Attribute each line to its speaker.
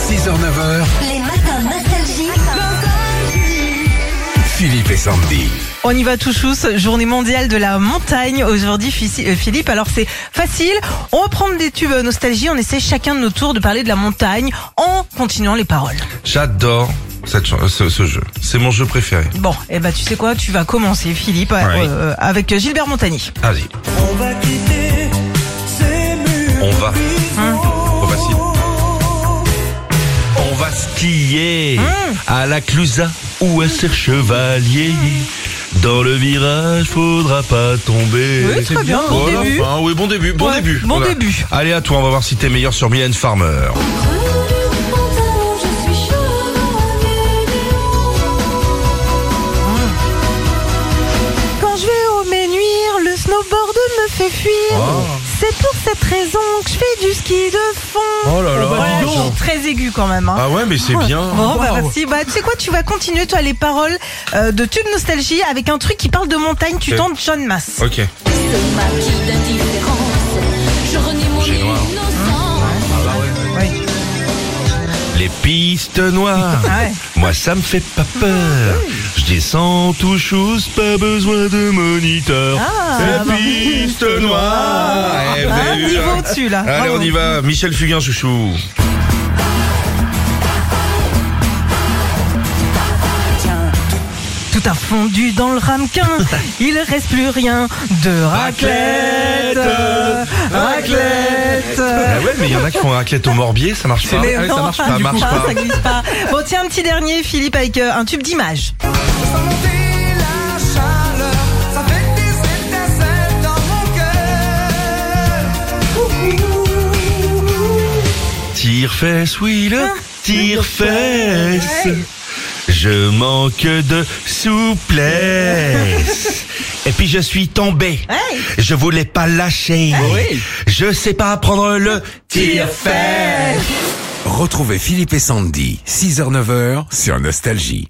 Speaker 1: 6h-9h,
Speaker 2: Les matins nostalgie.
Speaker 1: Philippe et Sandy.
Speaker 3: On y va tout chousse, journée mondiale de la montagne aujourd'hui Fici- euh, Philippe, alors c'est facile, on reprend des tubes euh, nostalgie, on essaie chacun de nos tours de parler de la montagne en continuant les paroles.
Speaker 4: J'adore cette ch- ce, ce jeu. C'est mon jeu préféré.
Speaker 3: Bon, et eh ben tu sais quoi, tu vas commencer Philippe euh,
Speaker 4: Ouais.
Speaker 3: euh, avec Gilbert Montagny.
Speaker 4: Allez.
Speaker 5: On va quitter ces murs.
Speaker 4: On va. Trop facile. bah, On va skier
Speaker 3: Mmh.
Speaker 4: à la Clusa ou à Serre-Chevalier. Dans le virage, faudra pas tomber.
Speaker 3: Oui, très bien, bon
Speaker 4: Voilà,
Speaker 3: début.
Speaker 4: enfin, oui, bon début, bon
Speaker 3: Ouais,
Speaker 4: début.
Speaker 3: bon début.
Speaker 4: Allez, à toi, on va voir si t'es meilleur sur Mylène Farmer.
Speaker 2: Je suis
Speaker 3: Quand je vais au Ménuire, le snowboard me fait fuir.
Speaker 4: Ah.
Speaker 3: C'est pour cette raison que je fais du ski de fond.
Speaker 4: Oh là là,
Speaker 3: Voilà,
Speaker 4: dis
Speaker 3: je
Speaker 4: donc.
Speaker 3: suis très aigu quand même. hein.
Speaker 4: Ah ouais, mais c'est bien.
Speaker 3: Bon, bah, merci. Bah, tu sais quoi, tu vas continuer, toi, les paroles euh, de Tube Nostalgie avec un truc qui parle de montagne. Tu
Speaker 4: Ok.
Speaker 3: tentes John Mass.
Speaker 4: Ok.
Speaker 2: Je renie mon
Speaker 4: J'ai noir.
Speaker 2: innocence.
Speaker 3: Oui.
Speaker 4: Les pistes noires,
Speaker 3: Ah ouais. Ah
Speaker 4: moi ça me fait pas peur. Je descends tout chose, pas besoin de moniteur.
Speaker 3: Ah, bah.
Speaker 4: Les pistes noires. Eh, vous
Speaker 3: Ah,
Speaker 4: avez vu,
Speaker 3: niveau
Speaker 4: hein
Speaker 3: au-dessus, là.
Speaker 4: Allez,
Speaker 3: Bravo. Euh.
Speaker 4: on y va. Michel Fugain, chouchou.
Speaker 3: Tout a fondu dans le ramequin. Il reste plus rien de raclette. Raclette.
Speaker 4: Ah ouais, mais il y en a qui font raclette au morbier, ça marche pas.
Speaker 3: Mais non,
Speaker 4: Ah ça marche pas,
Speaker 3: du
Speaker 4: marche
Speaker 3: coup,
Speaker 4: pas.
Speaker 3: ça glisse pas. Bon, tiens, un petit dernier, Philippe, avec euh, un tube d'image.
Speaker 5: Sans monter la chaleur, ça fait des étincelles dans mon cœur.
Speaker 4: Tire-fesse, oui, le
Speaker 3: Ah,
Speaker 4: tire-fesse. Je manque de souplesse. Et puis je suis tombé.
Speaker 3: Hey.
Speaker 4: Je voulais pas lâcher. Je sais pas prendre le tire-fesse.
Speaker 1: Retrouvez Philippe et Sandy, 6h-9h, sur Nostalgie.